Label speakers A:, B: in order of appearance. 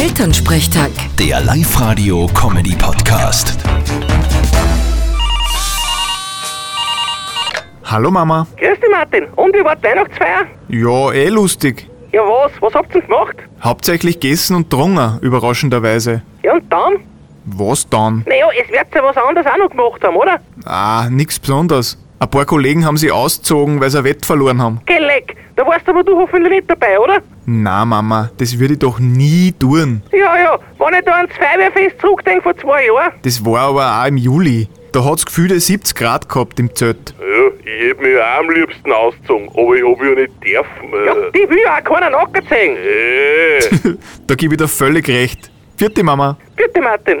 A: Elternsprechtag.
B: Der Live-Radio-Comedy-Podcast.
C: Hallo Mama.
D: Grüß dich, Martin. Und wie war die Weihnachtsfeier?
C: Ja, eh lustig.
D: Ja, was? Was habt ihr denn gemacht?
C: Hauptsächlich gegessen und drungen, überraschenderweise.
D: Ja, und dann?
C: Was dann?
D: Naja, es wird ja was anderes auch noch gemacht haben, oder?
C: Ah, nix Besonderes. Ein paar Kollegen haben sie ausgezogen, weil sie ein Wett verloren haben.
D: Geh, leck. Da warst aber du hoffentlich nicht dabei, oder?
C: Na Mama, das würde ich doch nie tun.
D: Ja, ja. Wenn ich da ans Feuerwehrfest zurückdenke vor zwei Jahren.
C: Das war aber auch im Juli. Da hat's gefühlte 70 Grad gehabt im Zelt.
E: Ja, ich hätte mich auch am liebsten ausgezogen, aber ich hab ja nicht dürfen.
D: Ja, die will auch keinen Acker sehen.
E: Äh. Äh.
C: Da gebe ich dir völlig recht. Vierte Mama.
D: Bitte, Martin.